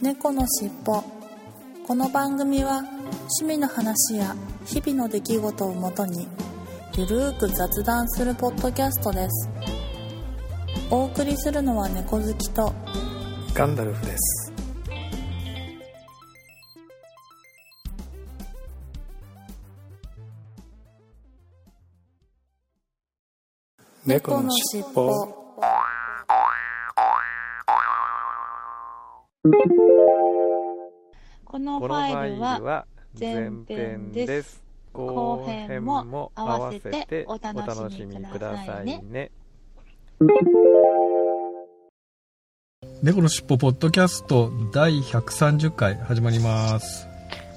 猫のしっぽこの番組は趣味の話や日々の出来事をもとにゆるーく雑談するポッドキャストですお送りするのは猫好きとガンダルフです。猫猫ののししっっぽ。ぽここののフファイァルイはルは前前編編ですです。後後編編もも合合わわせせてておお楽楽ししみみくくだだささいいねね。猫のしっぽポッドキャスト第130回始まります。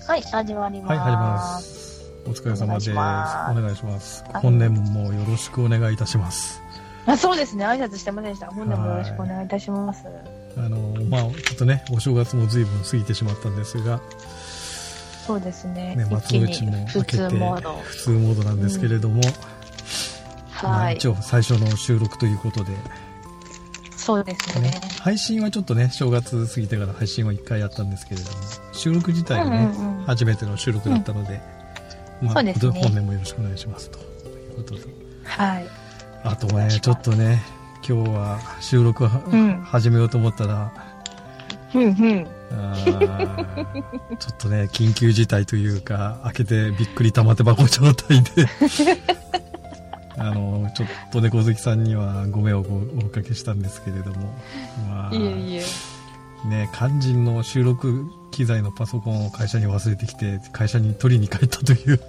はい、始まります。はい、始まります。お疲れ様です。おお願願いします。はい本年もよろしくお願いいたします。あそうですね、挨拶してませんでした。本年もよろしくお願いいたします。あの、まあ、ちょっとね、お正月も随分過ぎてしまったんですが、そうですね、ね、一松気のに内も明普けて通モード。普通モードなんですけれども、まはあい一、応最初の収録ということで、そうですねね。、配信はちょっとね、正月過ぎてから配信は1回やったんですけれども、収録自体がね、うんうんうん初めての収録だったので、まそうあ、ですね本年もよろしくお願いしますということで。はい。あとね、ちょっとね、今日は収録は、うん始めようと思ったら、うんうん。あーちょっとね、緊急事態というか、開けてびっくり玉手箱状態で、 あの、ちょっと猫好きさんにはご迷惑をおかけしたんですけれども、まあ、いえいえ。ね、肝心の収録機材のパソコンを会社に忘れてきて、会社に取りに帰ったと いう。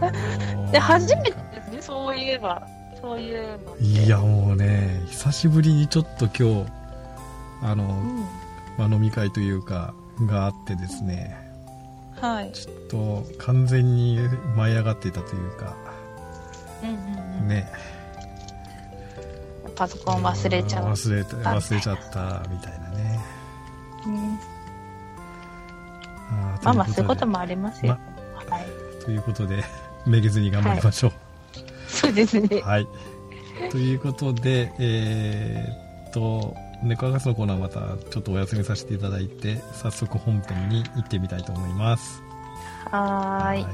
あのーで、初めてですね、そういえば。そういえば。いやもうね久しぶりにちょっと今日あの、うん。まあ、飲み会というかがあってですねはい。ちょっと完全に舞い上がっていたというかうんうんうん。ねパソコン忘れちゃう。ね忘れた忘れちゃったみたいなねあーまあまあ、そういうことでもありますよ。はい。ということでめげずに頑張りましょそうですうね。はい、ということでえーっと猫博士のコーナーまたちょっとお休みさせていただいて早速本編に行ってみたいと思いますはーい。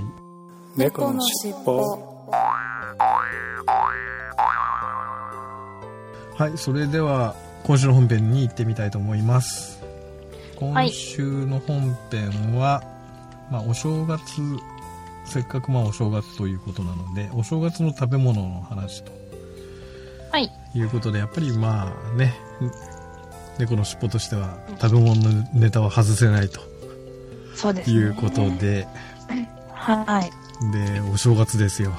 猫のしっぽ。はい、それでは今週の本編に行ってみたいと思います。今週の本編は、まあお正月、せっかくまあお正月ということなので、お正月の食べ物の話とはい。いうことで、やっぱりまあね、猫の尻尾としては食べ物のネタは外せないとそうですいね。うことで、はい。で、お正月ですよ。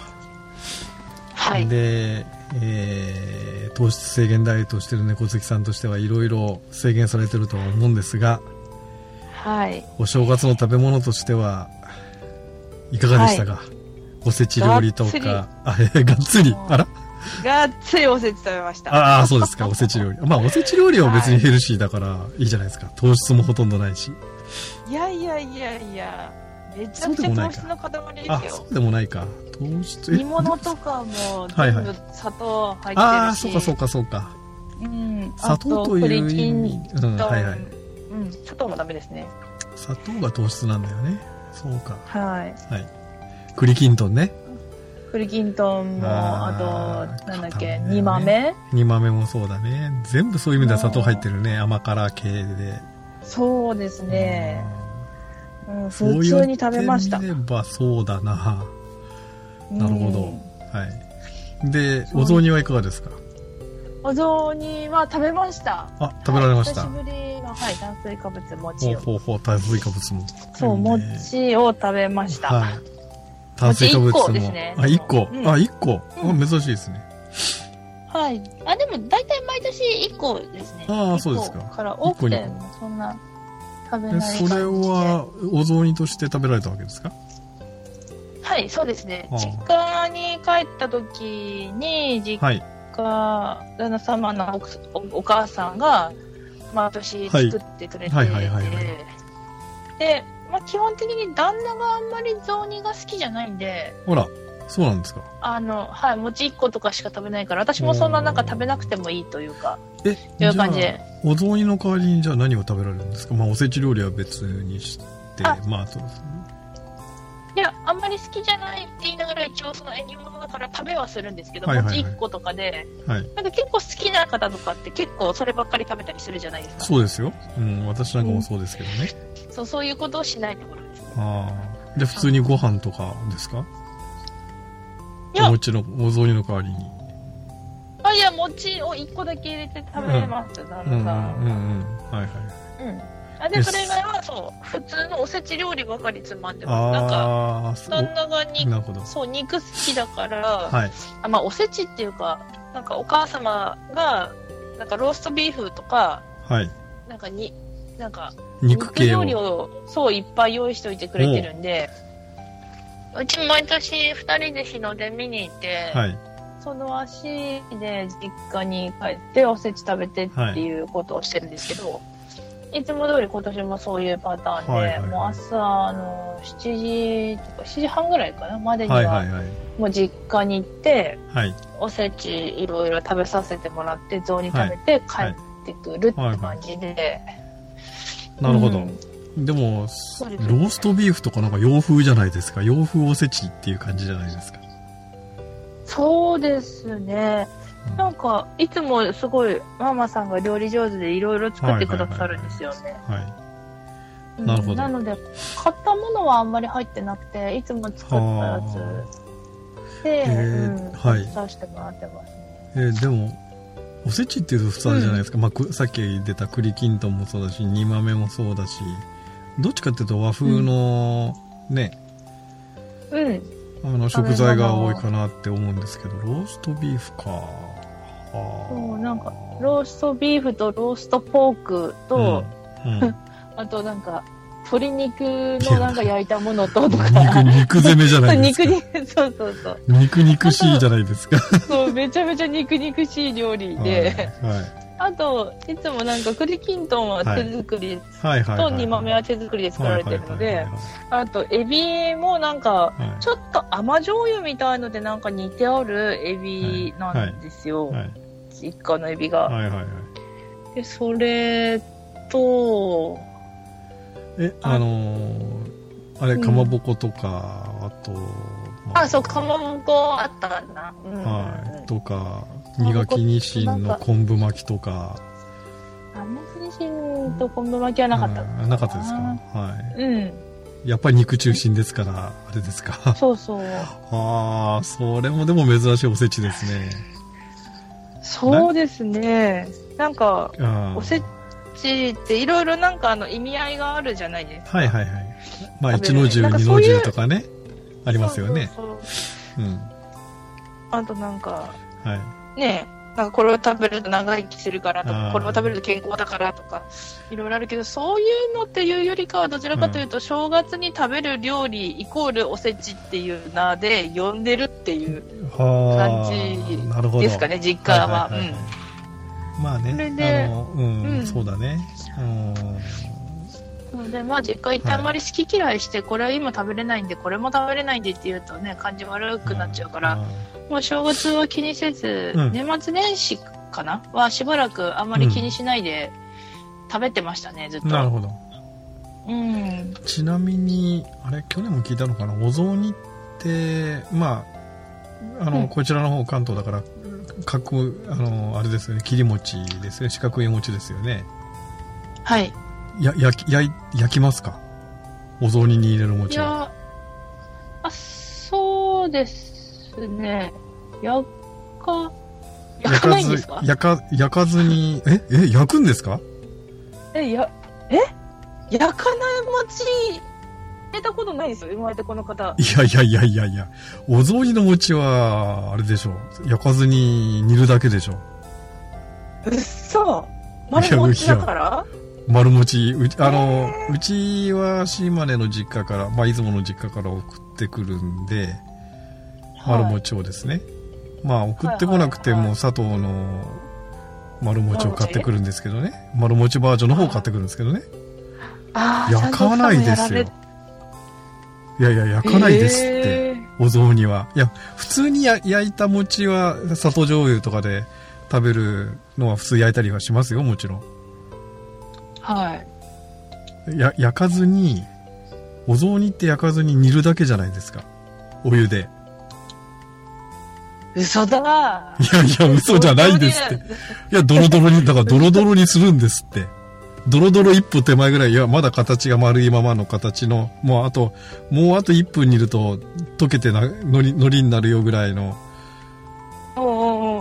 はい。で、えー糖質制限ダイエットをしてる猫好きさんとしてはいろいろ制限されてるとは思うんですがはい。お正月の食べ物としてはいかがでしたか、おせち料理とかあえーがっつりあらがっつりおせち食べました。ああそう ですかおせち料理まあおせち料理は別にヘルシーだからいいじゃないですか糖質もほとんどないしいやいやいやいや、めちゃそうくでちゃもないか糖質の塊ですあよそ。うでもないか糖質煮物とかもはい全はい部砂糖入ってるし。ああそうかそうかそうかうん。砂糖という意味あとうん栗きんとんはいはいうん、砂糖もダメですね。砂糖が糖質なんだよねそうかはい。栗きんとんね栗きんとんも、ああーと、なんだっけ、固めだよね煮豆煮豆もそうだね全部そういう意味では砂糖入ってるね甘辛系でそうですね。うん、うんそう普言通っに食べましたて。みればそうだななるほうんどはいでそうお雑煮はいかがですかお雑煮は食べました。あ食べられました、はい久しぶりの、はい、炭水化物ほ餅うを。ほうほう炭水化物もそう、ね餅を食べました。はい炭水化物も餅一個ですねあ1個、うんあ一個、うあ珍しいですねはい。あ、でも大体毎年1個ですね。ああ一個そうですかから多く一て個一、そんな食べえない感じそでれはお雑煮として食べられたわけですかはい、そうですねあ。あ実家に帰った時に、実はい家、旦那様の奥おお母さんが、毎年作ってくれてて、はいはいはいはいはいで、まあ基本的に旦那があんまり雑煮が好きじゃないんで、ほらそうなんですかあの、はい、餅1個とかしか食べないから、私もそんななんか食べなくてもいいというか、えという感じじゃあお雑煮の代わりにじゃあ何を食べられるんですか、まあ、おせち料理は別にしてあまあそうですねいや、あんまり好きじゃないって言いながら、一応その縁起物だから食べはするんですけど、はいはいはい餅1個とかで、はいなんか結構好きな方とかって結構そればっかり食べたりするじゃないですか。そうですよ、うん、私なんかもそうですけどね、そうそういうことをしないところです。ああじゃあ普通にご飯とかですかいやお餅のお雑煮の代わりにあ、いや、餅を1個だけ入れて食べれます、旦うんうんうん那さん。はいはいうん。あで、よしそれ以外は、そう、普通のおせち料理ばかりつまんでます。なんか、ああそ旦那がな肉、るほどそう、肉好きだから、はいあまあ、おせちっていうか、なんかお母様が、なんかローストビーフとか、はいなんかに、なんか、肉系料を理をそういっぱい用意しておいてくれてるんでうち毎年2人で日の出見に行って、はいその足で実家に帰っておせち食べてっていうことをしてるんですけど、い、つも通り今年もそういうパターンで、はいはいはいもう朝の7時とか7時半ぐらいかなまでにはいははいはいもう実家に行ってはいおせちいろいろ食べさせてもらって雑煮食べて帰ってくるって感じで、なるほど、うんでもうロですーストビーフとかなんか洋風じゃないですか洋風おせちっていう感じじゃないですかそうですねうん。なんか、いつもすごい、ママさんが料理上手でいろいろ作ってくださるんですよね。はうんなるほどなので、買ったものはあんまり入ってなくて、いつも作ったやはつで、えーうんはい出してもらってます。い、えーでもおせちっていうと普通あれじゃないですか、まあく、さっき出た栗きんとんもそうだし煮豆もそうだしどっちかっていうと和風のね、うん。あの食材が多いかなって思うんですけどローストビーフかあーそうなんかローストビーフとローストポークと、うんうんあとなんか、鶏肉のなんか焼いたものと、と肉か。肉攻めじゃないです 肉かに、そうそうそう。肉肉しいじゃないですかそう、めちゃめちゃ肉肉しい料理で。はあと、いつもなんか栗きんとんは手作り、いはいはいはいと煮豆は手作りで作られてるのはいはいではい、あと、エビもなんか、はいはいちょっと甘醤油みたいのでなんか似てあるエビなんですよ。はい実家のエビが。はいはいはいで、それと、えああのーあれうんかまぼことか、あとあ、そう、かまぼこあったな。うんうんうんはいとかまぼこ磨きにしんなのんか昆布巻きとかあんまりしんと昆布巻きはなかった。うんなかったですかはうん。いやっぱり肉中心ですからあれですか そうそう。 ああそれもでも珍しいおせちですねそうですね。なんか、あーおせちっていろいろなんかあの意味合いがあるじゃないですか。はいはいはいまあ食べ一れの重ないなんか二そのういう重とかねあありますよねそうそうそううんあとなんか、はいねなんかこれを食べると長生きするからとあかー、これを食べると健康だからとか、いろいろあるけど、そういうのっていうよりかは、どちらかというと、正月に食べる料理イコールおせちっていう名で呼んでるっていうは感じあなるほどですかね、実家は。いいいいまあそれねであの、うんうんそうだねうんうん。なので、まあ、実家行ってあんまり好き嫌いして、これは今食べれないんで、これも食べれないんでって言うとね、感じ悪くなっちゃうから、もう正月は気にせず、うん年末年始かなはしばらくあんまり気にしないで食べてましたね、ずっうんなると。ほどうん。ちなみにあれ去年も聞いたのかなお雑煮ってまああの、うんこちらの方関東だから角あのあれですよね切り餅ですよね四角い餅ですよねはい。や焼き焼い焼きますかお雑煮に入れるい餅はや、あ、そうですね。焼か、焼かないんですか焼か焼かずにええ焼くんですかえ、や、え焼かない餅、入れたことないですよ、生まれてこの方。いやいやいやいやいやお雑煮の餅はあれでしょう焼かずに煮るだけでしょううっそ丸餅だから丸餅うちあのうちは島根の実家から、まあ、出雲の実家から送ってくるんで丸はい餅をですね、まあ送ってこなくてはいはいもは佐藤の丸餅を買ってくるんですけどね丸餅バージョンの方を買ってくるんですけどねあー焼かないですよちいやいやゃんと焼かそういうのやられないですって、えーお雑煮はいや普通にや焼いた餅は砂糖醤油とかで食べるのは普通焼いたりはしますよもちろんはい。や焼かずにお雑煮って焼かずに煮るだけじゃないですかお湯で嘘だいやいや嘘じゃないですっていや、ドロドロに、だからドロドロにするんですって。ドロドロ一歩手前ぐらい、いや、まだ形が丸いままの形の、もうあと、もうあと1分煮ると、溶けてな、のり、のりになるよぐらいの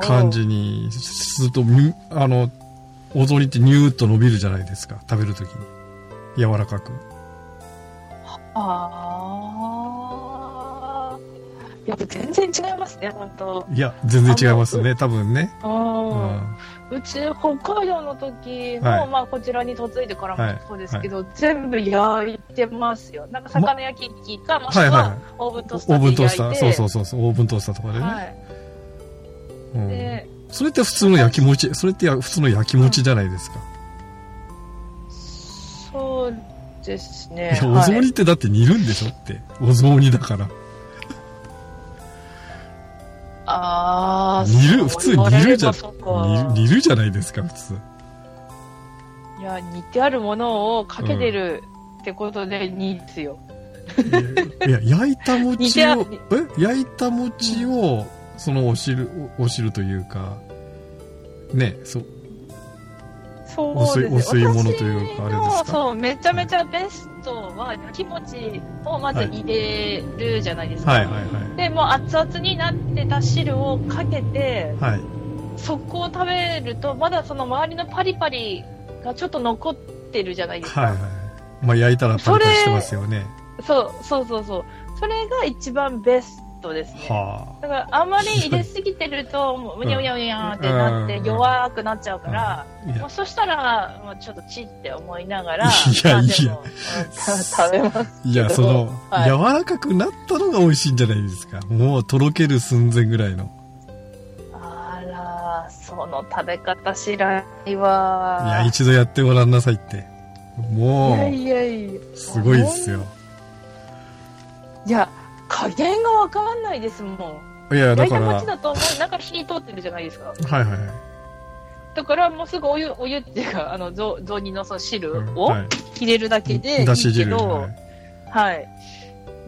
感感じにすると、みあの、お雑煮ってニューッと伸びるじゃないですか、食べるときに。柔らかく。あーやっぱ全然違いますね、本当。いや、全然違いますね、多分ね。うん。うんうち北海道の時も、はいまあこちらに嫁いでからはもいそうですけど、全部焼いてますよ。なんか魚焼き器か、もしくはいはいははいオーブントースタオーブンーでトースタ焼いー、て。そうそうそうそう、オーブントースターとかでね。はい。うん、で、それって普通の焼き餅、それってや普通の焼き餅じゃないですか。そうですね。いや、おはい雑煮ってだって煮るんでしょって。お雑煮だから。ああ、煮る普そう通煮るじゃん言われればそうか煮る煮るじゃないですか、普通。いや、煮てあるものをかけてるってことで、煮ですよ。いや、焼いた煮餅てあを、え焼いた餅を、そのお汁、おお汁というか、ね、そう、そうお吸いですねお吸い物というか私あれのですかそう、めちゃめちゃベストは、焼き餅をまず入れるじゃないですか。はいはいはで、もう熱々になってた汁をかけて、い。はい。そこを食べると、まだその周りのパリパリがちょっと残ってるじゃないですか。はいはい。まあ、焼いたらパリパリしてますよね。そう、そうそうそう。それが一番ベストですね。はだからあんまり入れすぎてると、もううにゃうにゃうにゃってなっうてん弱くなっちゃうから、あ。いもやう、そしたら、もうちょっとチって思いながら、いやまあいやでもうんた食べます。いや、その、はい柔らかくなったのが美味しいんじゃないですか。もう、とろける寸前ぐらいの。あら、その食べ方知らないいや、わ。一度やってごらんなさいって。もいやいやいや。う、すごいですよ。いや、加減がわかんないですもん。いや、だ大か体ら、こはっちだと、もうなんか火通ってるじゃないですか。いはいはい。だからもうすぐお湯、お湯っていうか、あの、雑雑煮のその汁うんをはい入れるだけでいいだしけ汁ど、はいはい。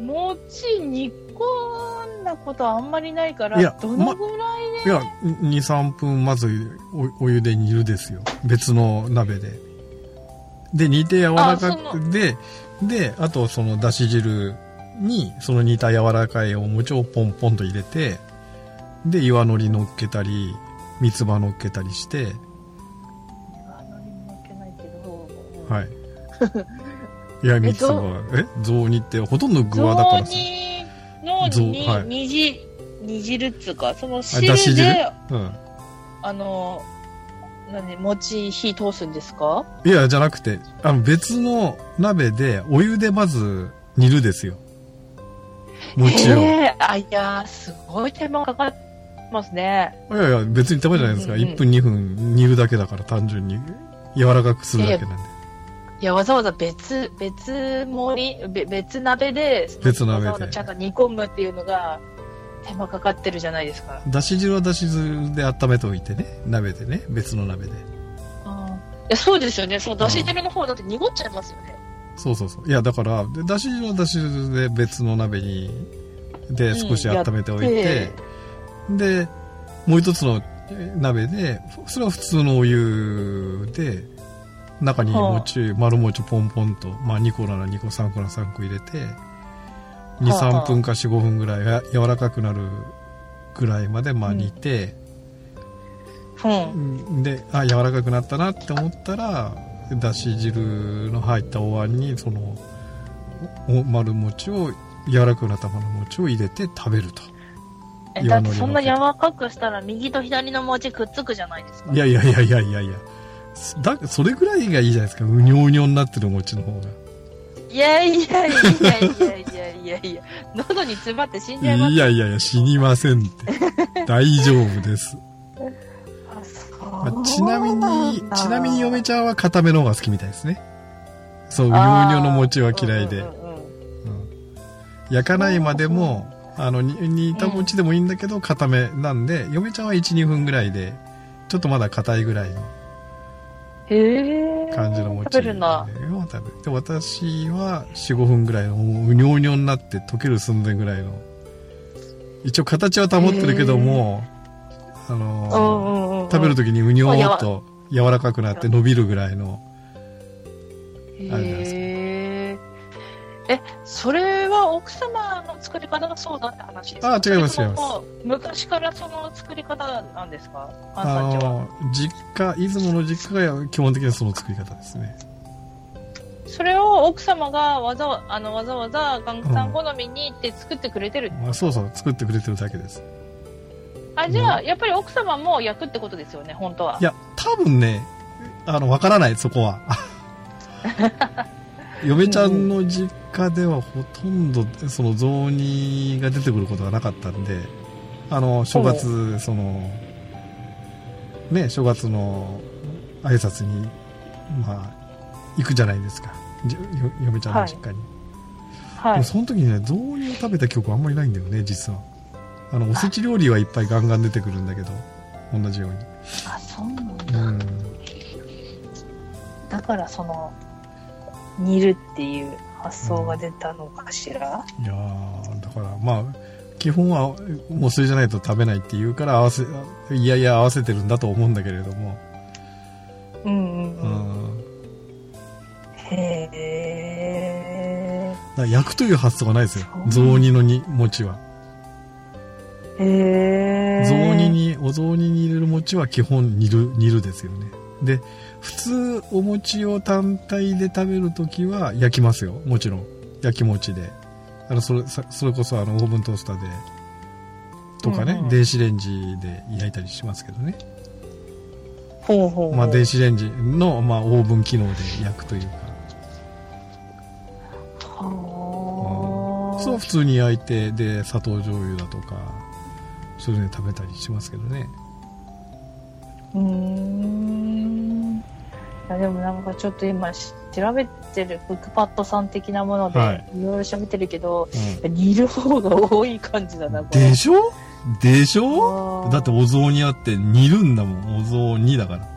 餅煮込んだことあんまりないかいらや、どのぐらいいや23分まずおお湯で煮るですよ別の鍋でで煮て柔らかあそくでであとそのだし汁にその煮た柔らかいお餅をポンポンと入れてで岩のり乗っけたり三つ葉乗っけたりしてあのに負けないけど、 はいいや三つ葉え雑煮ってほとんど具はだから雑煮の雑に、はい煮汁、煮汁っつうか、そのあだし汁汁で、あうんの、何、餅火通すんですかいやじゃなくてあの別の鍋でお湯でまず煮るですよ餅を、えー、あ、いやー、すごい手間かかってますね。いやいや、別に手間じゃないですか。うんうんうん1分2分煮るだけだから、単純に。柔らかくするだけなんで。いや、わざわざ別、別盛り、べ別鍋で、別鍋でわざわざちゃんと煮込むっていうのが、手間かかってるじゃないですか。だし汁はだし汁で温めておいてね。鍋でね。別の鍋で。あーいやそうですよね、そうだし汁の方だって濁っちゃいますよね。そうそうそう。いや、だから、でだし汁はだし汁で別の鍋に、うで、ん少し温めておいやてっ、で、もう一つのえ鍋で、それは普通のお湯で、中に餅、丸餅ポンポンと、まあ2個なら2個、3個なら3個入れて、2、はあは3あ分か4、5分ぐらいや、柔らかくなるぐらいまで、まあうん煮て、うん。で、あ、柔らかくなったなって思ったら、だし汁の入ったお椀に、その、お丸餅を、柔らかくなった丸餅を入れて食べると。えいだやってそん乗なり分柔らかくしたら右と左の文字くっつくじゃないですか。いやいやいやいやいやいや。だ、それぐらいがいいじゃないですか。うにょうにょになってる餅の方が。いやいやいやいやいやいやいや、喉に詰まって死んじゃいまいす。やいやいや、死にませんって。大丈夫です。あそうまあちなみに、ちなみに嫁ちゃんは固めの方が好きみたいですね。そう、うにょうあーにょの餅は嫌いで。うんうんうんうん焼かないまでも、あの、に煮た餅でもいいんだけど、固めなんで、嫁ちゃんは1、2分ぐらいで、ちょっとまだ硬いぐらいのへえ。感じの餅食べるな。よ食べで私は45分ぐらいのもううにょうにょになって溶ける寸前ぐらいの一応形は保ってるけども、あうのーんうんうん。食べる時にうにょーっと柔らかくなって伸びるぐらいのあるじゃないですかへえ。え、それは奥様の作り方がそうだって話ですかあ違いますそれとも違い昔からその作り方なんですかアンあさんちは。のー実家出雲の実家が基本的にその作り方ですねそれを奥様がわざわあのわざわざガンクさん好みにって作ってくれてる。まあそうそう作ってくれてるだけです。あ、じゃあ、やっぱり奥様も焼くってことですよね、本当はいや多分ねあのわからないそ こは嫁ちゃんの実家ではほとんどその雑煮が出てくることがなかったんであの正月そのね正月の挨拶にまあ行くじゃないですかじよ嫁ちゃんの実家に、はでいも。その時にね雑煮を食べた記憶あんまりないんだよね実はあのおせち料理はいっぱいガンガン出てくるんだけど同じようにあ、そうなんだ。うんだからその煮るっていう発想が出たのかしら、いやーだからまあ基本はもうそれじゃないと食べないって言うから合わせいやいや合わせてるんだと思うんだけれども、うん、ううんうんん、へえだから焼くという発想がないですよそ雑煮のに餅はへえ雑煮にお雑煮に入れる餅は基本煮る煮るですよねで普通お餅を単体で食べるときは焼きますよもちろん焼き餅であのそれさそれこそあのオーブントースターでとかね、うんうん電子レンジで焼いたりしますけどねほうほうまあ、電で子レンジの、まあ、オーブン機能で焼くというか、はそう普通に焼いてで砂糖醤油だとかそういうので食べたりしますけどねううーんいやでもなんかちょっと今し調べてるブックパッドさん的なものではいいろいろ調べてるけど、煮る方が多い感じだなこれでしょでしょょだってお雑煮あって煮るんだもんお雑煮だからだか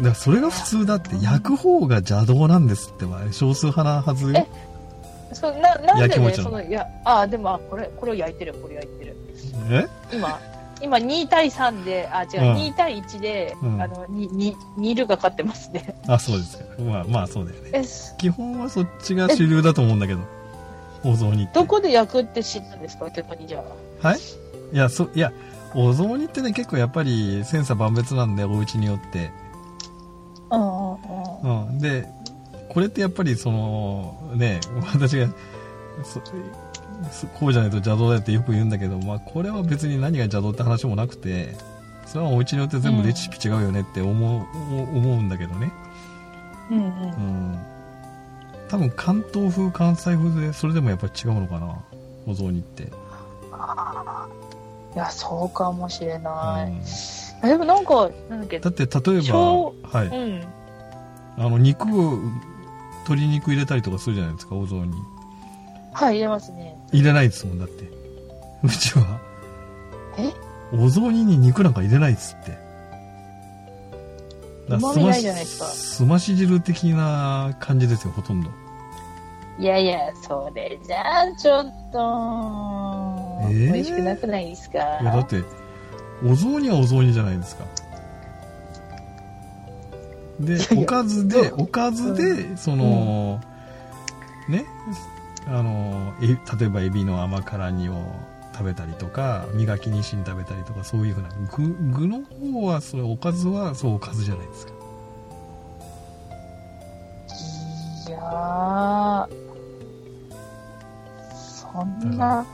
らそれが普通だって焼く方が邪道なんですってば少数派なはずよえそうななん焼きでね餅なそののいやあでもあこれこれを焼いてるこれ焼いてるえ今今2対3であ違う、うん2対1で、うんあのにに煮るが勝ってますねあそうですかまあまあそうだよね えす基本はそっちが主流だと思うんだけどお雑煮ってどこで焼くって知ったんですか逆にじゃあはいいや、そ、いや、お雑煮ってね、結構やっぱり千差万別なんで、お家によって。うんうんうんうん。で、これってやっぱりその、ね、私が、そそこうじゃないと邪道だよってよく言うんだけど、まあこれは別に何が邪道って話もなくて、それはお家によって全部レシピ違うよねって思う、思う思うんだけどね。うんううんん。多分関東風、関西風で、それでもやっぱり違うのかな。お雑煮って。いやそうかもしれなうんい、でもなんかなんだっけだって例えば、小はい。うんあの肉を鶏肉入れたりとかするじゃないですかお雑煮はい入れますね入れないですもんだって うちはえお雑煮に肉なんか入れないですってだからうまみないじゃないですかすまし汁的な感じですよほとんどいやいやそれじゃあちょっと、えー美味しくなくないですかいやだってお雑煮はお雑煮じゃないですかでいやいやおかずでうおかずでその、ねあのえ例えばエビの甘辛煮を食べたりとか磨きにしん食べたりとかそういうふうな具具の方はそれおかずはそうおかずじゃないですかいやーそんな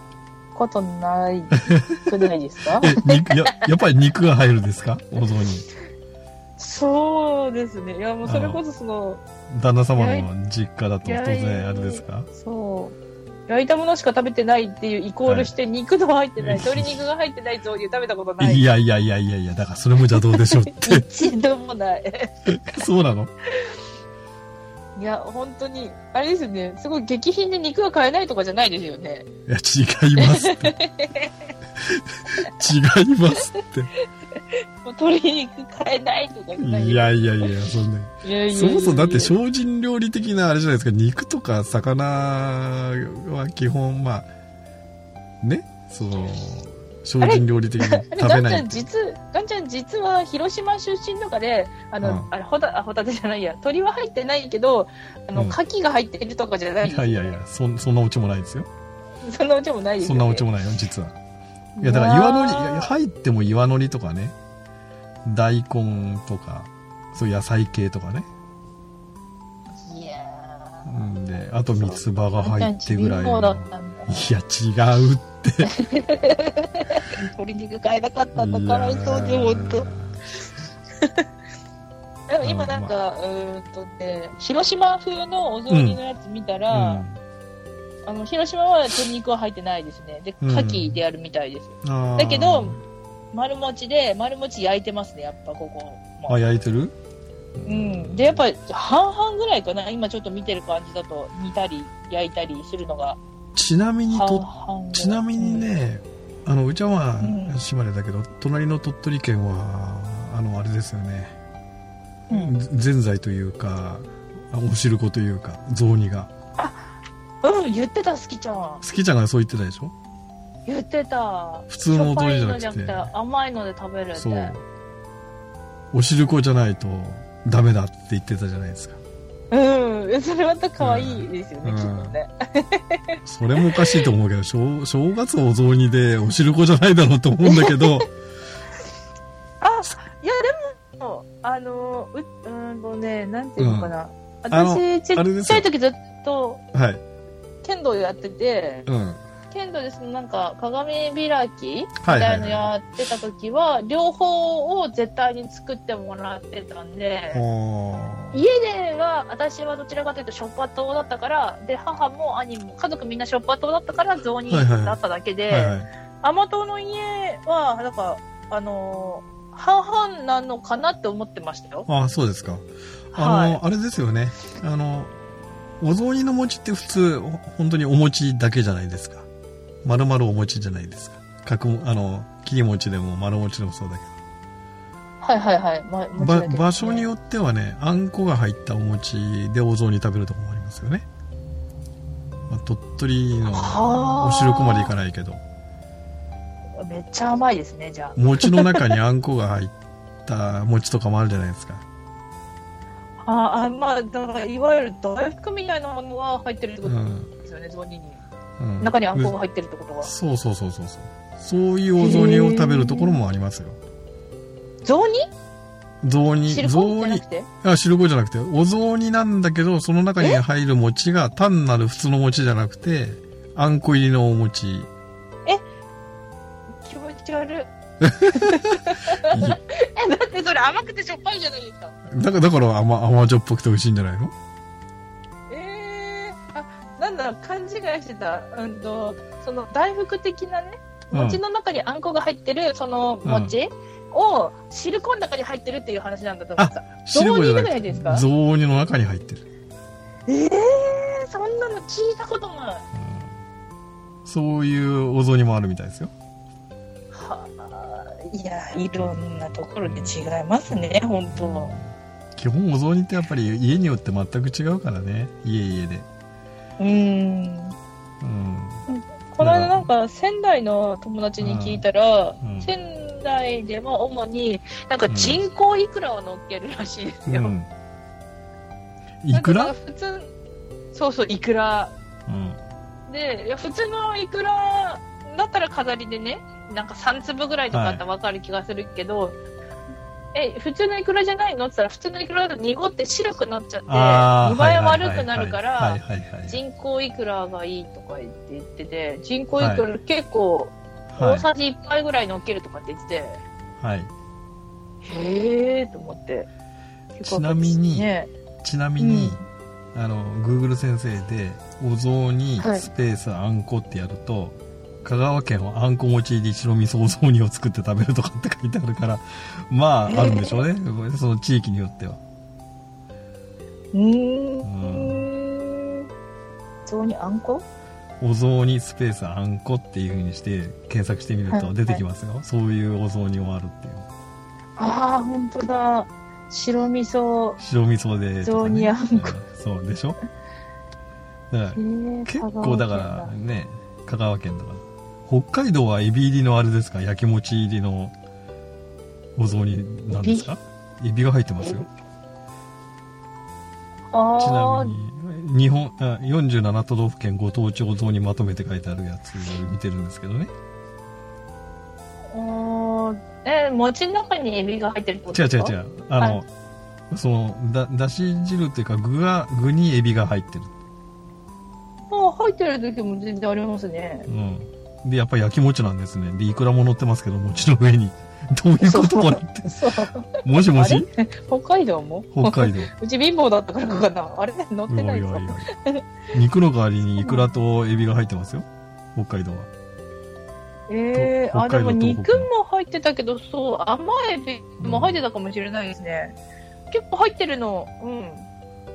ことないくないです かえ肉ややっぱり肉が入るですかお雑煮そうですねいやもうそれこそその旦那様の実家だと当やい然あれですかそう焼いたものしか食べてないっていうイコールして肉の 入ってない、はい鶏肉が入ってない雑煮食べたことないいやいやいやいやいやだからそれも邪道でしょって 一度もないそうなのいや本当にあれですよねすごい激品で肉が買えないとかじゃないですよね いや、違いますって。違いますって。もう鶏肉買えないとかじゃないいやいやいやそんないやいやいやいやそもそもだって精進料理的なあれじゃないですか肉とか魚は基本まあねその精進料理的に食でべもガンちなゃいん実ガンちゃん実は広島出身とかであの、うんあれホタあホタテじゃないや鳥は入ってないけどあの、うん牡蠣が入ってるとかじゃないいやいやいやそんそんなオチもないですよ そんなオチもないですそんよ、ね、なオチもないよ実はいやだから岩のりいうわーや入っても岩のりとかね大根とかそういう野菜系とかねいやうんであと三つ葉がーガ入ンっちゃてんぐらい貧乏だのったんだいや違うって鶏肉買えなかったんだかわいそうにほんとでも今なんか、うーんとね、広島風のお雑煮のやつ見たうら、んあの広島は鶏肉は入ってないですね。で、うん牡蠣であるみたいです。あーだけど丸餅で、丸餅焼いてますね、やっぱここもあ。焼いてるうん。で、やっぱり半々ぐらいかな。今ちょっと見てる感じだと、煮たり焼いたりするのがちなみに半と々ぐらい。ちなみにねあのうちはまうあん島根だけど隣の鳥取県はあのあれですよねうん、うん。ぜんざいというかあお汁粉というか雑煮がうん、言ってた、好きちゃん好。きちゃんがそう言ってたでしょ言ってた。普通のお雑煮じゃなしょっぱいのくじゃなくてて甘いので食べるって。そうお汁粉じゃないとダメだって言ってたじゃないですかうん、それまた可愛いですよね、うんきっとね。それもおかしいと思うけど正正月お雑煮でお汁粉じゃないだろうと思うんだけど あ、いや、でも、あの、う、うーんとね、なんていうのかな。あの私、ちあれっですちゃよい時ずっとはい剣道やってて、うん剣道でそのなんか鏡開きみはいはたいいはないのやってた時は、両方を絶対に作ってもらってたんで、あー家では、私はどちらかというと、ショッパ党だったから、で、母も兄も、家族みんなショッパ党だったから、雑煮だっただけで、はいはい甘党の家は、なんか、あのー半々なのかなって思ってましたよ。あーそうですかあの、はあれですよねあのお雑煮の餅って普通ほ本当にお餅だけじゃないですか丸々お餅じゃないですか角あの切り餅でも丸餅でもそうだけどい。はいはいはい。ま、もちろんばだけどね場所によってはねあんこが入ったお餅でお雑煮食べるとこもありますよね、まあ、鳥取のはーお汁粉までいかないけどめっちゃ甘いですね、じゃ餅の中にあんこが入った餅とかもあるじゃないですかあ。ああ、まあ、だから、いわゆる大福みたいなものは入ってるってうこん、とですよね、雑煮に。うん、中にあんこがう入ってるってことは。そうそうそうそうそうそういうお雑煮を食べるところもありますよ雑雑煮煮汁雑粉じゃな煮くてあ汁粉じゃなくてお雑煮なんだけどその中に入る餅が単なる普通の餅じゃなくてあんこ入りのお 餅気持ち悪い。え、だってそれ甘くてしょっぱいじゃないですか。だから、だから甘、甘じょっぽくて美味しいんじゃないのえー、あ、なんだろう、勘違いしてた。うんと、その、大福的なね、餅の中にあんこが入ってるその餅を汁粉の中に入ってるっていう話なんだと思ってた。汁粉じゃな雑煮じゃなくいてですか雑煮の中に入ってる。ええー、そんなの聞いたことない。そういうお雑煮もあるみたいですよ。はあ、いや、いろんなところで違いますね、本当。基本お雑煮ってやっぱり家によって全く違うからね。家家で。うん。うん。この間なんか仙台の友達に聞いたら、うんうん仙台では主になんか人工いくらを乗っけるらしいですよ。うん。いくなんらか普通、そうそう、いくら。うん。で、いや普通のイクラだったら飾りでね、なんか3粒ぐらいとかあったらわかる気がするけど、え、普通のイクラじゃないのって言ったら、普通のイクラだと濁って白くなっちゃって、あー見栄え悪くなるかはいら、はいはいはいはい人工イクラがいいとか言って言ってて、人工イクラ結構はい。大さじ1杯ぐらい乗っけるとかって言ってて、はい。はいへーと思って。ちなみにね、ちなみに、あの、Google 先生で、お雑煮はいスペースあんこってやると、香川県はあんこ餅入り白味噌お雑煮を作って食べるとかって書いてあるから、まあ、あるんでしょうね。その地域によっては。うーん。雑煮あんこお雑煮スペースあんこっていう風にして検索してみるはとい出てきますよ。そういうお雑煮もあるっていう。ああ、本当だ。白味噌。白味噌でとか、雑煮あんこうんそうでしょだからえー結構だからね香川県だから北海道はエビ入りのあれですか焼き餅入りのお雑煮なんですかエビが入ってますよちな香川県だあみに日本あ47都道府県ご当地お雑煮まとめて書いてあるやつ見てるんですけどねーおーえー餅の中にエビが入ってるってこ違うとです違かう違うあの、はそのだだし汁っていうか具が具にエビが入ってる、もう入ってる時も全然ありますね。うん、でやっぱり焼き餅なんですねでいくらも乗ってますけど餅の上に どういうこともなってそう。もしもし北海道も北海道うち貧乏だったからかな。あれ 乗ってないぞ。おいおいおい肉の代わりにイクラとエビが入ってますよ北海道はええとあ、でも北海道東北肉も入ってたけど、そう、甘エビも入ってたかもしれないですね。結構入ってるの、うん。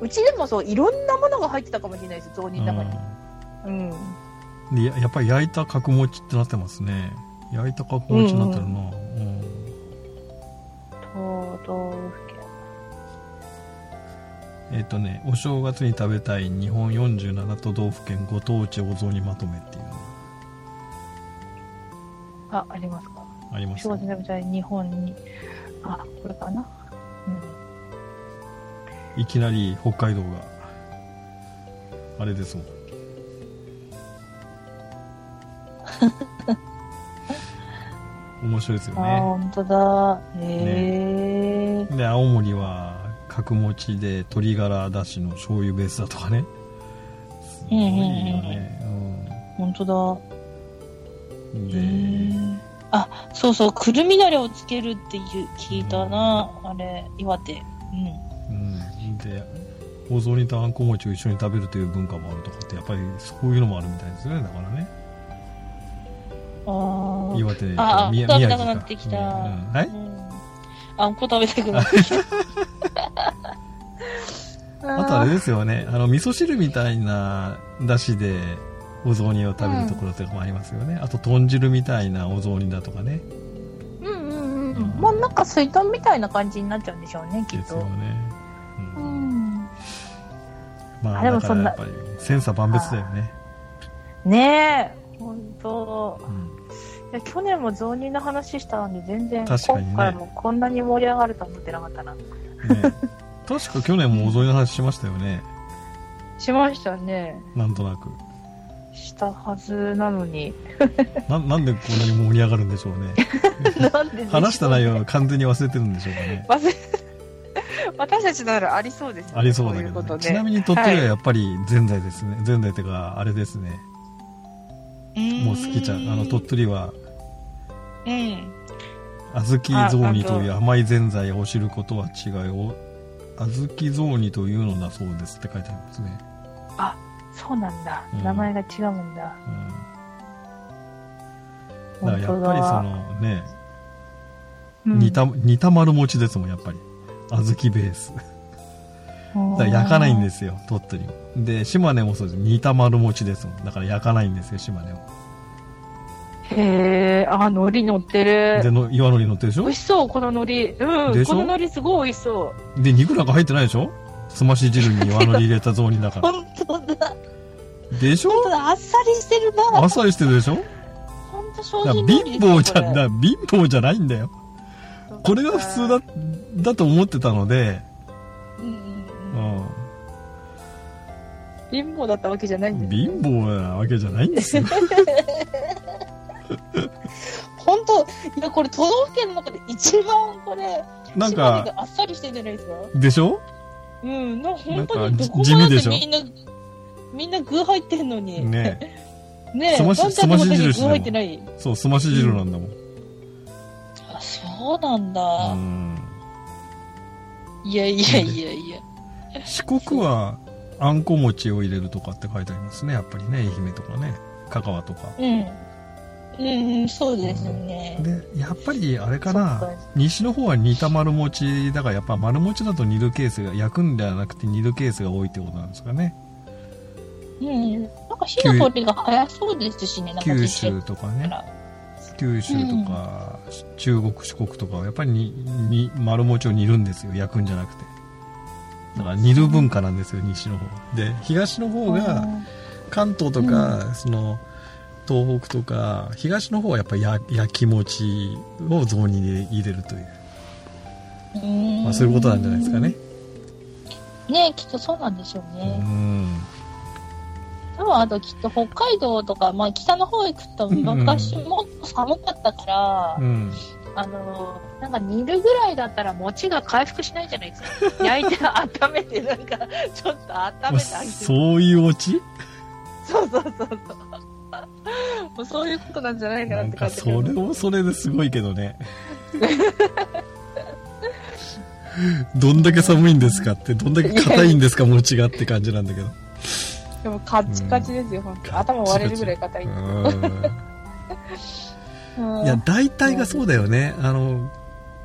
うちでもそう、いろんなものが入ってたかもしれないです、雑煮の中に。うん。うんでややっぱり焼いた角餅ってなってますね焼いた角餅になってるな、うん東道府県。えっ、とねお正月に食べたい日本47都道府県ご当地お雑煮まとめっていうのがあ、ありますか。あります仕よ事でもじゃあ日本に。あ、これかな。うん。いきなり北海道があれですも ん面白いですよあー、ね本当だ。へえで青森は角餅で鶏ガラだしの醤油ベースだとかねすごいよね、本当だ。うん、へでーあ、そうそう、くるみだれをつけるっていう聞いたな、あれ、岩手。うん。うんでお雑煮とあんこ餅を一緒に食べるという文化もあるとかってやっぱりそういうのもあるみたいですよねだからねああ。岩手ああ、み食べ宮た城くかなってきた。うんうんはいうんあんこ食べたくなってきた。あとあれですよねあの味噌汁みたいなだしでお雑煮を食べるところとかもありますよね、あと豚汁みたいなお雑煮だとかねうんうんうんもうなんか水筒みたいな感じになっちゃうんでしょうね、きでっすよと。ね、ううんん。まあ、あでもだからそんなやっぱり千差万別だよね、ねえ、ほんと。うんいや去年も雑煮の話したんで、全然、確かにね今回もこんなに盛り上がるとは思ってなかったな。ね、確か去年もお雑煮の話しましたよねしましたね。なんとなくしたはずなのに。ななんでこんなに盛り上がるんでしょうねなんででしょう話した内容を完全に忘れてるんでしょうかね忘れ私たちならありそうですよねありそうだけこど、ね、いことねちなみに鳥取ははいやっぱり前代ですね前代っていうかあれですねもう好きちゃんあの鳥取はうん小豆雑煮という甘いぜんざいお汁粉とは違いを小豆雑煮というのだそうですって書いてありますね、そうなんだ、うん名前が違うんだうん、だから本や当っだぱりそのねうん煮た煮た丸餅ですもんやっぱり小豆ベースだから焼かないんですよ鳥取もで島根もそうです煮た丸餅ですもんだから焼かないんですよ島根もへえあ海苔乗ってでるの岩のり乗ってるでし美ょ味しそうこの海苔うでんしょこの海苔すごい美味しそうで肉なんか入ってないでしょすまし汁に岩のり入れた雑煮だから本当だでしょ本当だあっさりしてるなあっさりしてるでしょ本当だから正直貧乏じゃだから貧乏じゃないんだよこれが普通だだと思ってたので、うんうんううん貧乏だったわけじゃないんん、で貧乏なわけじゃないん ですよ本当いやこれ都道府県の中で一番これなん島根かがあっさりしてるじゃないですかでしょうん、な本当なんにかどこも地だ味っでしてょみんな、みんな具入ってんのに。ねねええ、ねすましワンちゃんのすましに具印だもん入ってない。そうすまし汁なんだ もん、あ、そうなんだ。うんいやいやいやいや。四国はあんこ餅を入れるとかって書いてありますねやっぱりね愛媛とかね香川とかうん。うん、うん、そうですね。でやっぱりあれかそっなか西の方は煮た丸餅だからやっぱ丸餅だと煮るケースが焼くんではなくて煮るケースが多いってことなんですかねうん。なんか火の通りが早そうですしね、なんか九実際州とかねから。九州とか、中国四国とかはやっぱりにに丸餅を煮るんですよ焼くんじゃなくてだから煮る文化なんですよ西の方で東の方が関東とか、その東北とか東の方はやっぱりや焼き餅を雑煮に入れるという、まあ、そういうことなんじゃないですかねねきっとそうなんでしょううね、ん多分あときっと北海道とか、まあ、北の方行くと昔もっと寒かったから、うんあのなんか煮るぐらいだったら餅が回復しないじゃないです か焼いて 温めてなんかちょっと温めてあげてそういうオチそうそうそうそう。もうそういうことなんじゃないかななっんて感かじそれもそれですごいけどね どんだけ寒いんですかってどんだけ硬いんですか餅がって感じなんだけどでもカッチカチですよ、本当に頭割れるぐらい硬い。うんうんいや大体がそうだよねあの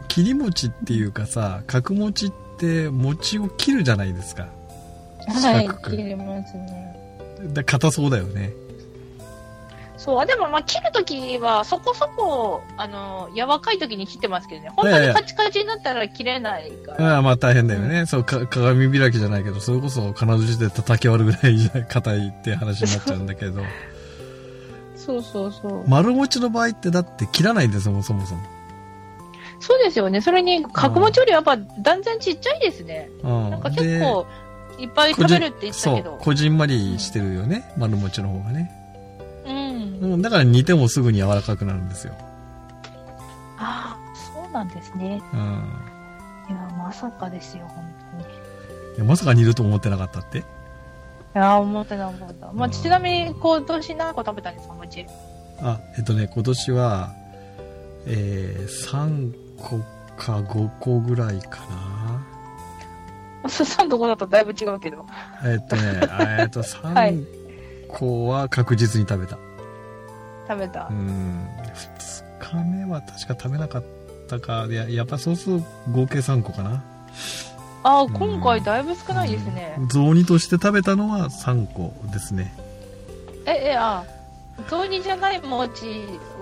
切り餅っていうかさ角餅って餅を切るじゃないですかは四い角、く切れますね。だ硬そうだよねそう、あでもまあ切るときはそこそこ、あの、柔らかいときに切ってますけどね、本当いやいにやカチカチになったら切れないから。ああまあ大変だよね、そうか鏡開きじゃないけどそれこそ金槌で叩き割るぐらいじゃ硬いって話になっちゃうんだけ どそうそうそう。丸餅の場合ってだって切らないんですもんそもそもそうですよね。それに、角餅よりやっぱ断然ちっちゃいですね。うん、なんか結構、いっぱい食べるって言でってそたけうど。こじんまりしてるよね、丸餅の方がね、うん。うん、だから煮てもすぐに柔らかくなるんですよ、ああ、そうなんですね。うん、いや、まさかですよ、本当に。いいやまさか煮ると思ってなかったってや、思ってた、思ってた。うまあ、んちなみに、今年何個食べたんですか、餅。あえっとね今年はえー、3個か5個ぐらいかな3個だとだいぶ違うけど。えっと ねえっとはい3個は確実に食べた、食べたう。ん2日目は確か食べなかったかいややっぱそうすると合計3個かなああ、ん今回だいぶ少ないですね。雑煮として食べたのは3個ですねえ、え、ああ、雑煮じゃない餅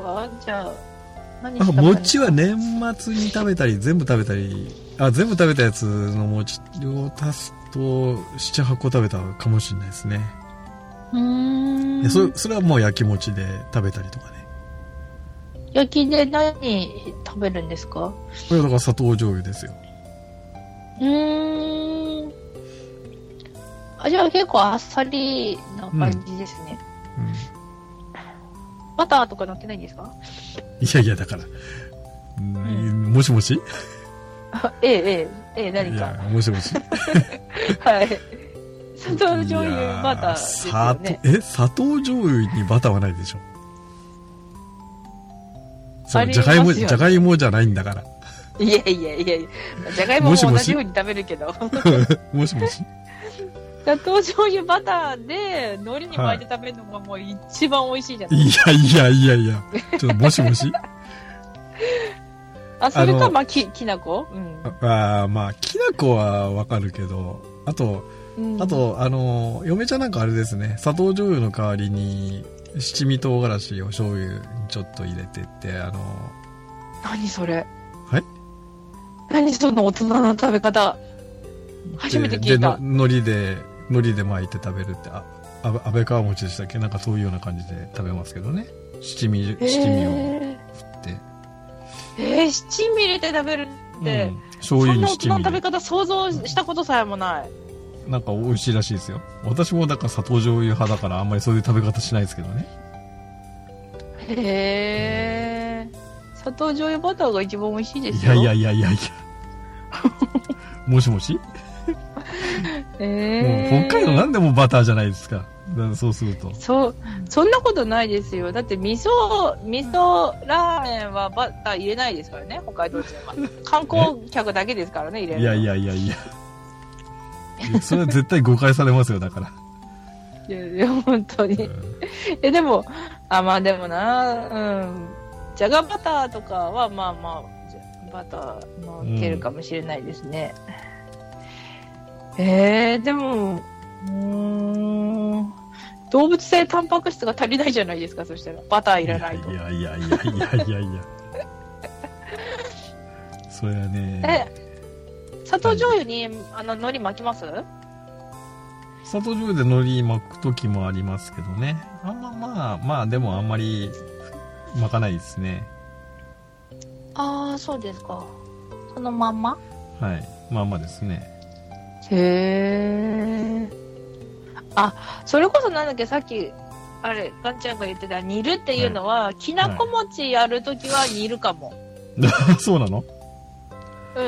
は、じゃあ、何あして食べたんです餅かは年末に食べたり全部食べたりあ全部食べたやつの餅を足すと78個食べたかもしれないですね、うーいやん。そそれはもう焼き餅で食べたりとかね焼きで何食べるんですかこれはだから砂糖醤油ですようーん。あ、じゃあ結構あっさりな感じですね。うんバターとか乗ってないんですかいやいやだから、うん、もしもしええ、ええ、ええ、い何か。やもしもしはい。砂糖醤油バターですいよやね。砂糖え砂糖醤油にバターはないでしょそあうりじまゃすよがいもねじゃがいもじゃないんだからいやいやいやいや、じゃがいもももし同もしじように食べるけど。 もしもし砂糖醤油バターで海苔に巻いて食べるのがもう一番美味しいじゃない、いやいやいやいやちょっともしもしあ、それあか、のまあ、き、きなこうん。ああまあきな粉はわかるけどあとうんあ、とあの嫁ちゃんなんかあれですね砂糖醤油の代わりに七味唐辛子を醤油にちょっと入れてってあの何それはい何その大人の食べ方。初めて聞いでたで。の海苔で海苔で巻いて食べるってああべ安倍川餅でしたっけなんかそういうような感じで食べますけどね七味え七味をえ振って、えー七味入れて食べるって、うん、醤油そんにな大七人の味食べで方想像したことさえもない。なんか美味しいらしいですよ私もだから砂糖醤油派だからあんまりそういう食べ方しないですけどねへえ。砂糖醤油バターが一番美味しいでいすやよ。いやいやいやいやもしもし、えもーう北海道なんでもバターじゃないですかだからそうするとそう、そんなことないですよ。だって味噌、味噌ラーメンはバター入れないですからね、北海道人 は。観光客だけですからね、入れるいのやい。やいやいやいやそれは絶対誤解されますよだから、いやいや、本当うに。んえ、でも、あ、まあでもな、うん。じゃがバターとかは、まあまあ、じゃバターのってるかもしれないですね。えー、でも、うーん。動物性タンパク質が足りないじゃないですかそしたらバターいいらないとやいやいやいやいやいやいやそれはねえ砂糖醤油にあの海苔巻きます砂糖醤油で海苔巻く時もありますけどねあんままあまあでもあんまり巻かないですねああそうですかそのまんまはいまあまあですね へえあそれこそなんだっけさっきあれガンちゃんが言ってた煮るっていうのは、きなこ餅やるときは煮るかも、そうなのう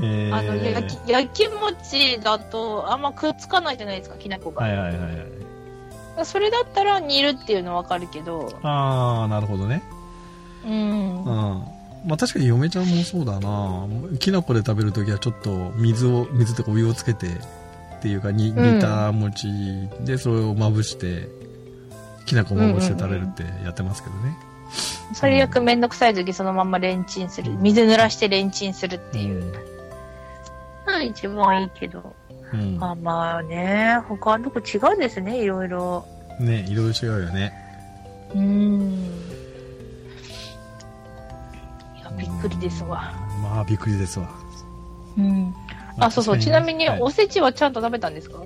んえー、あの焼き焼き餅だとあんまくっつかないじゃないですかきなこが、はいはいはいはいそれだったら煮るっていうのわかるけどああなるほどねうんうんまあ確かに嫁ちゃんもそうだなきな粉で食べるときはちょっと水を水とかお湯をつけてっていうかにうん煮た餅でそれをまぶしてきな粉まぶして食べるってやってますけどね、最悪めんどくさい時そのまんまレンチンする水濡らしてレンチンするっていうのが一番いいけどうんまあまあね他のとこ違うんですねいろいろねいろいろ違うよねうんいやびっくりですわまあびっくりですわうんあそうそうちなみにはいおせちはちゃんと食べたんですか、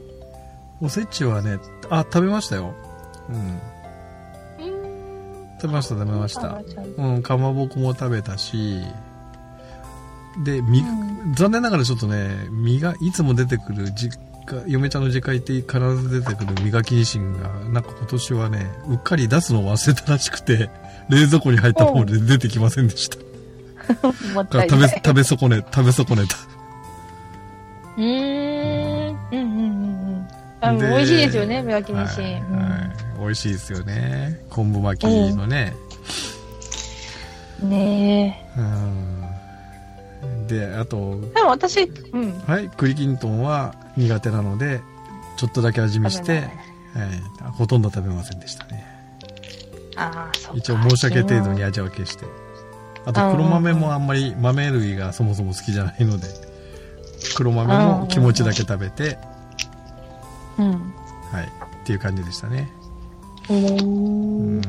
おせちはねあ食べましたようんうん食べました食べましたあちゃんとうん、かまぼこも食べたし、で、み、う残念ながらちょっとね、身が、いつも出てくる実家、嫁ちゃんの実家行って必ず出てくる磨きニシンが、なんか今年はね、うっかり出すのを忘れたらしくて、 冷蔵庫に入ったもので出てきませんでした。もだったからい食べ、ない食べ損ね、食べ損ねた。うーんうんうんうんうんあ美味しいですよね、焼きはい飯。うんはい美味しいですよね。昆布巻きのね。ねうん。で、あと、え。でも私、うん。はい、栗きんとんは苦手なので、ちょっとだけ味見して、はい、ほとんど食べませんでしたね。ああ、そうか。一応申し訳程度に味分けして。あと黒豆もあんまり豆類がそもそも好きじゃないので、黒豆も気持ちだけ食べて、うん。はい、っていう感じでしたね。うん。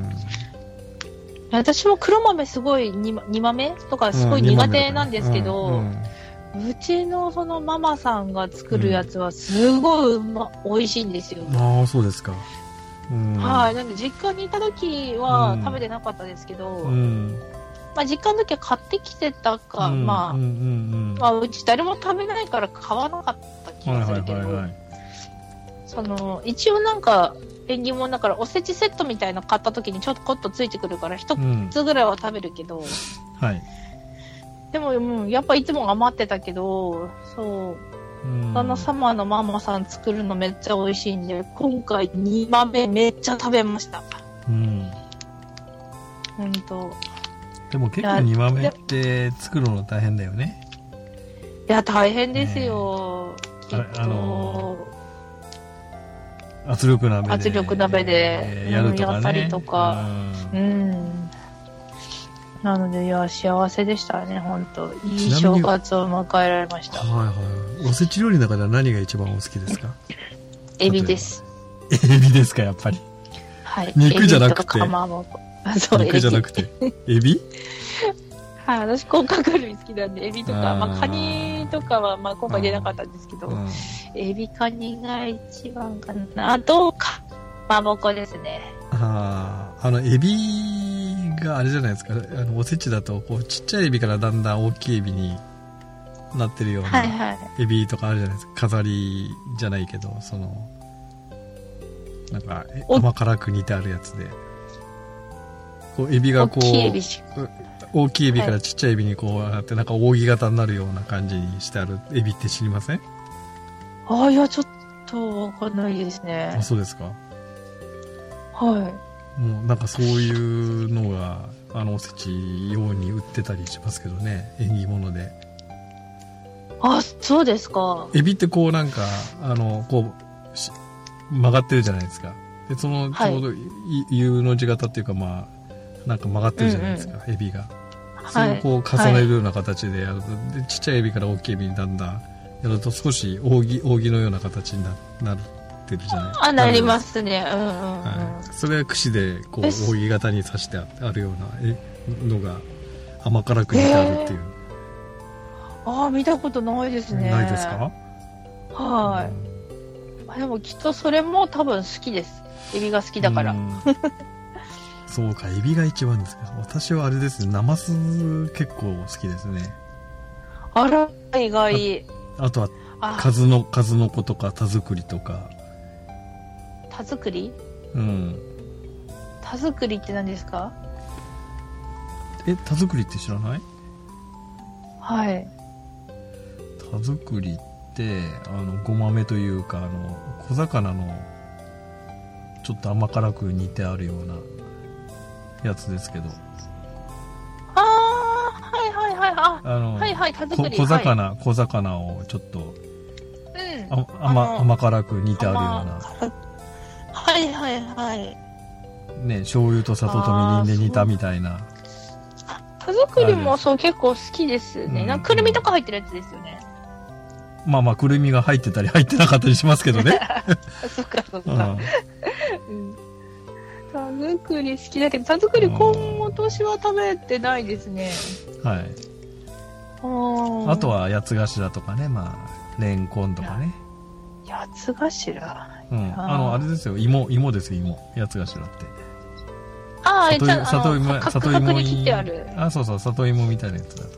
私も黒豆すごい煮ま煮豆とかすごい苦手なんですけど、ううんうんちのそのママさんが作るやつはすごいうま、美味しいんですよ。ああ、そうですか。うん。はい。なんで実家にいた時うはん食べてなかったですけど、うん。まあ実家の時は買ってきてたか、うんまあ、うんうんうん。まあ、うち誰も食べないから買わなかった気はいがすはいるけど、はいはい。その一応なんか縁起物だからおせちセットみたいの買った時にちょこっとついてくるから一うん。つぐらいは食べるけど、はい。でも、うん、やっぱいつも余ってたけどそううん旦那様のママさん作るのめっちゃ美味しいんで今回煮豆めっちゃ食べましたうん。ほんとでも結構煮豆って作るの大変だよね。いや大変ですよ、きっとああの圧力鍋で。圧力鍋でえーやるとかね。やったりとかううんんなのでいや幸せでしたね本当いいちなみ正に月を迎えられましたはいはい。おせち料理の中では何が一番お好きですかエビですエビですか、やっぱり。はい肉じゃなくてエビとかかまぼこあそうエ肉ビじゃなくて。エビはい私甲殻類好きなんでエビとかあーまあ、カニとかは、まあ、今回出なかったんですけど、うんエビカニが一番かなあとかまぼこですねあーあの、エビがあれじゃないですか。あの、おせちだと、こう、ちっちゃいエビからだんだん大きいエビになってるようはいなはいエビとかあるじゃないですか。飾りじゃないけど、その、なんか、えお甘辛く煮てあるやつで。こう、エビが大こう、きいエビし大きいエビからちっちゃいエビにこうなって、なんか扇形になるような感じにしてあるエビって知りませんあいやちょっとわかんないですねあ、そうですか。はいもうなんかそういうのが、あのおせち用に売ってたりしますけどね、縁起物で。あそうですかエビってこうなんか、あの、こう、し曲がってるじゃないですか。で、その、ちはいょうどい、U の字型っていうかまあ、なんか曲がってるじゃないですか、エビが。そはれをいこう重ねるような形でやると、でちっちゃいエビから大きいエビにだんだんやると少し扇扇のような形にななるっててるじゃないあなりますねうんうん、うんはい、それは櫛でこうえ扇形に刺してああるようなえのが甘辛く煮てあるっていう、ああ見たことないですねないですかはいあでもきっとそれも多分好きですエビが好きだから、うんそうかエビが一番ですか私はあれですねナマス結構好きですねあら意外あとはあ数の数の子とか田作りとか田作りうん田作りって何ですかえ田作りって知らないはい田作りってあのごまめというかあの小魚のちょっと甘辛く煮てあるようなやつですけどああはいはいはいああの、はいはい田こ作り小魚、小魚をちょっとはい、うんああ甘の甘辛く煮てあるよはいはいはい。うなね醤油と砂糖とみりんで煮たみたいな手作りもそう結構好きですうね。んなんかくるみとか入ってるやつですよね。まあまあくるみが入ってたり入ってなかったりしますけどね、 あそっかそっうかん。、うん手作り好きだけど、手作り今今年は食べてないですね。はいうんあと。は八つ頭とかねまあレンコンとかね八つ頭。うん、あのあれですよ芋芋ですよ芋八つ頭ってああ、ちゃん里あの、芋か里角芋角にに切ってある。あそうそう里芋みたいなやつだと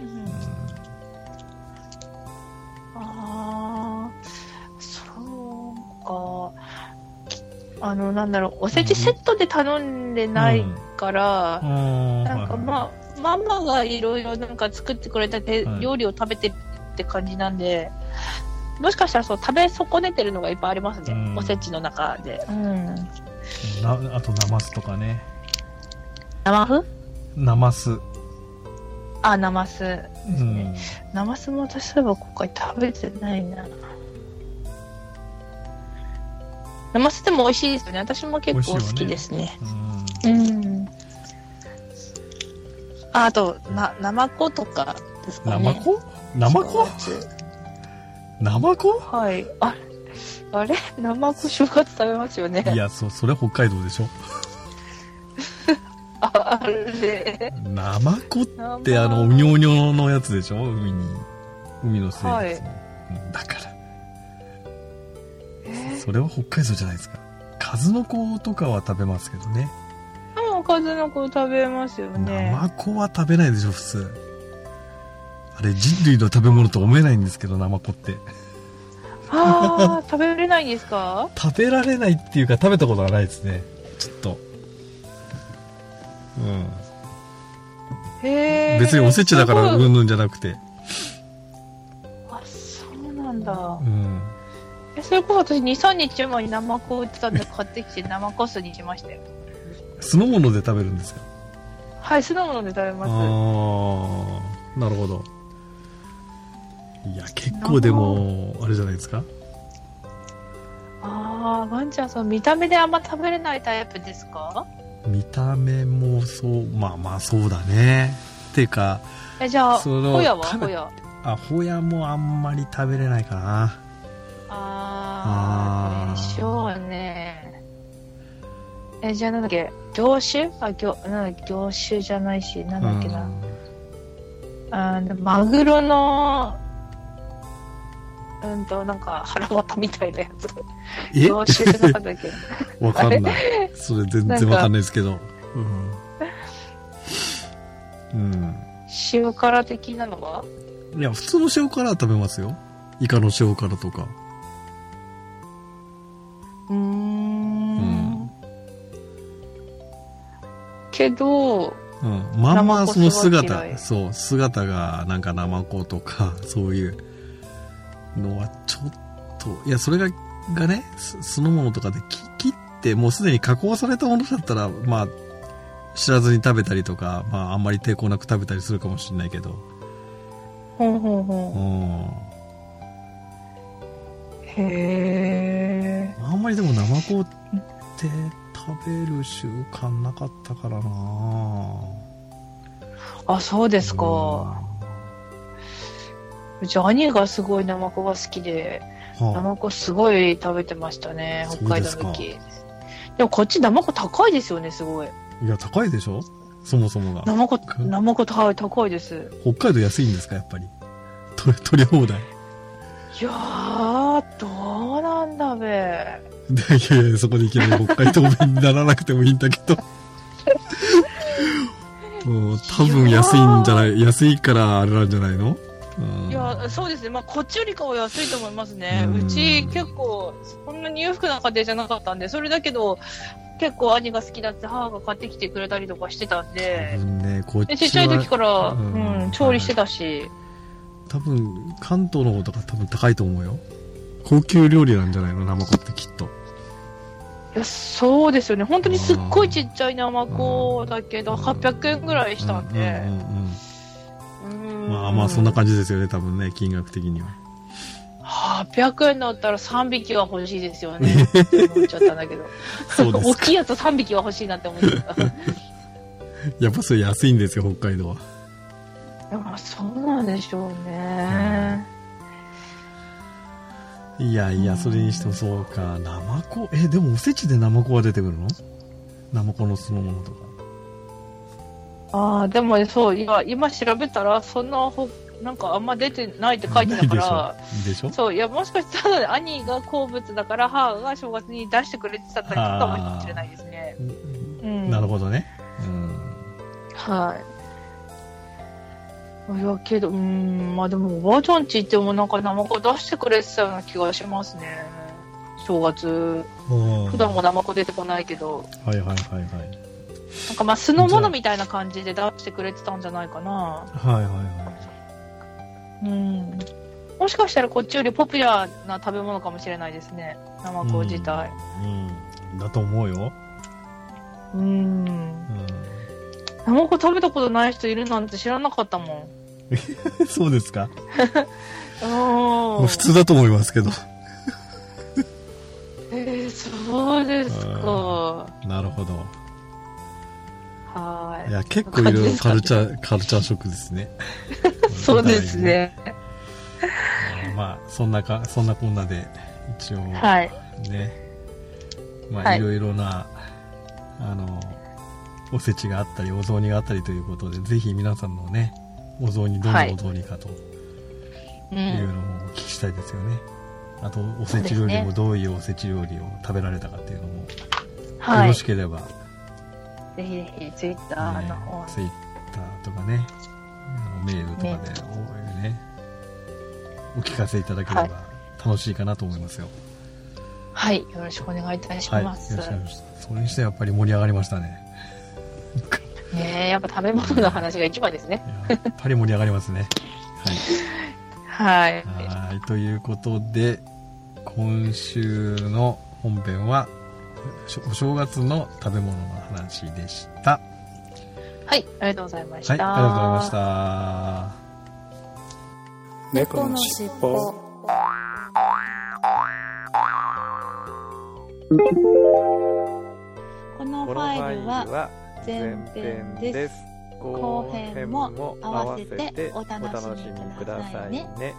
うんうんああ、そうか。あの、なんだろう、おせちセットで頼んでないから、うんなんかまあ、ママがいろいろなんか作ってくれた手はい料理を食べてるって感じなんで、もしかしたらそう食べ損ねてるのがいっぱいありますね、うんおせちの中で。うん。あなあとナマスとかね生麩ナマス、あ、生酢。うん、生酢も私そういえば今回食べてないな。生酢でも美味しいですよね。私も結美構好味しいよねきですね。うんうん。ああと、な、生子とかですかナね。マコナマコナマコはい。ああれ生子正月食べますよね。いや、そ、それ北海道でしょ。あ、あれ。ナマコっ生てあの、うにょうにょのやつでしょ海に。海の生物、うんだから、えー、それは北海道じゃないですか。数の子とかは食べますけどね。うんおかずの子食べますよね。ナマコは食べないでしょ、普通。あれ、人類の食べ物と思えないんですけど、ナマコって。ああ、食べれないんですか食べられないっていうか、食べたことがないですね。ちょっと。うん。へえ。別におせちだから、すうごいんぬんじゃなくて。あ、そうなんだう。ん。えそれこそ私2、3日前に生子売ってたんで買ってきて生子酢にしましたよ。酢の物で食べるんですかはい、酢の物で食べあます。あなるほどいや結構でもあれじゃないですかああ、ワンちゃん、その見た目であんま食べれないタイプですか見た目もそうまあまあそうだねっていうかえ、じゃあ、そのホヤは食べホヤ。あホヤもあんまり食べれないかなああー、ーでしょうね。え、じゃあなんだっけ、業種あ、業、なんだっけ、業種じゃないし、なんだっけな。あーでマグロの、うんと、なんか、腹渡みたいなやつ。え業種ってなん だっけ。わかんないそれ全然わかんないですけどうん、塩辛的なのはうん、いや普通の塩辛は食べますよイカの塩辛とかうーうんん。けど、うん、まんまそのナマコすごい嫌姿いそう姿がなんかナマコとか そういうのはちょっといやそれががねす酢の物とかでき切ってもうすでに加工されたものだったらまあ知らずに食べたりとか、まあ、あんまり抵抗なく食べたりするかもしれないけどほんほんうほんん。へあんまりでもナマコって食べる習慣なかったからなー。あ、そうですか。ううち兄がすごいナマコが好きで、ナはマコすごい食べてましたね、そう北海で道すかの時。でもこっちナマコ高いですよね、すごい。あ、いや高いでしょそもそもがナマコ、うんナマコ高い、高いです。北海道安いんですかやっぱり取れ取り放題いやー、どうなんだべ。でいやいやそこでいきなり北海道弁にならなくてもいいんだけ どうん多分安いんじゃない安いからあれなんじゃないの、うん、いや、そうですね。まあ、こっちよりかは安いと思いますね。うんうち結構、そんなに裕福な家庭じゃなかったんで、それだけど、結構兄が好きだって母が買ってきてくれたりとかしてたんで、ねこっでちちっちゃい時はから、ううんん、調理してたし、多分関東の方とか多分高いと思うよ高級料理なんじゃないのナマコってきっといや、そうですよね。本当にすっごいちっちゃいナマコだけど、うん800円ぐらいしたんでう。んうんううんんまあまあそんな感じですよね多分ね金額的には800円だったら3匹は欲しいです よね。って思っちゃったんだけど。そうです大きいやつ3匹は欲しいなって思っちゃった。やっぱそれ安いんですよ北海道はまあ、そうなんでしょうね。いやいやそれにしてもそうかナマコえでもおせちでナマコは出てくるのナマコの酢の物とかああ、でもそう、今、今調べたら、そんなほ、なんかあんま出てないって書いてたから、ないでしょでしょそう、いや、もしかしたら兄が好物だから、母が正月に出してくれてたかもしれないですね。うん。なるほどねうんはい。いや、けど、うーん、まあでも、おばあちゃんち行ってもなんか生子出してくれてたような気がしますね。正月。普普段はも生子出てこないけど、いはいはいはいなんかまあ酢の物みたいな感じで出してくれてたんじゃないかな。はいはいはいうん。もしかしたらこっちよりポピュラーな食べ物かもしれないですね。生子自体。うん、うん、だと思うよ、うん。う生子食べたことない人いるなんて知らなかったも ん、そうですかん。うん。普通だと思いますけどえー、そうですか。なるほどはいい。や結構いろいろカルチャーカルチャーショックですね そうですね。まあそんなかそんなこんなで一応ね、はい。まあはいいろいろな、あのおせちがあったりお雑煮があったりということでぜひ皆さんのねお雑煮どんはないお雑煮かといううのん。もお聞きしたいですよね、あとおせち料そうで理すもねどういうおせち料理を食べられたかっていうのも、よはろい。しぜければ、ね、ひぜひ、ツイッターの方ツイッターとかねあのメールとかでお,、ね、お聞かせいただければはい楽しいかなと思いますよ、はい。よろしくお願いいたしよまろしす。くお願いしますそれにしてやっぱり盛り上がりましたねねえ、やっぱ食べ物の話が一番ですね。やっぱり盛り上がりますね。はい。はい。はい。ということで、今週の本編は、しょお正月の食べ物の話でした。はい。はい。ありがとうございましあた。りがとうございました。猫こののししっっぽぽ。このフこのファァイイルルはは前前編で編ですす。後編も合わせてお楽しみくださいね。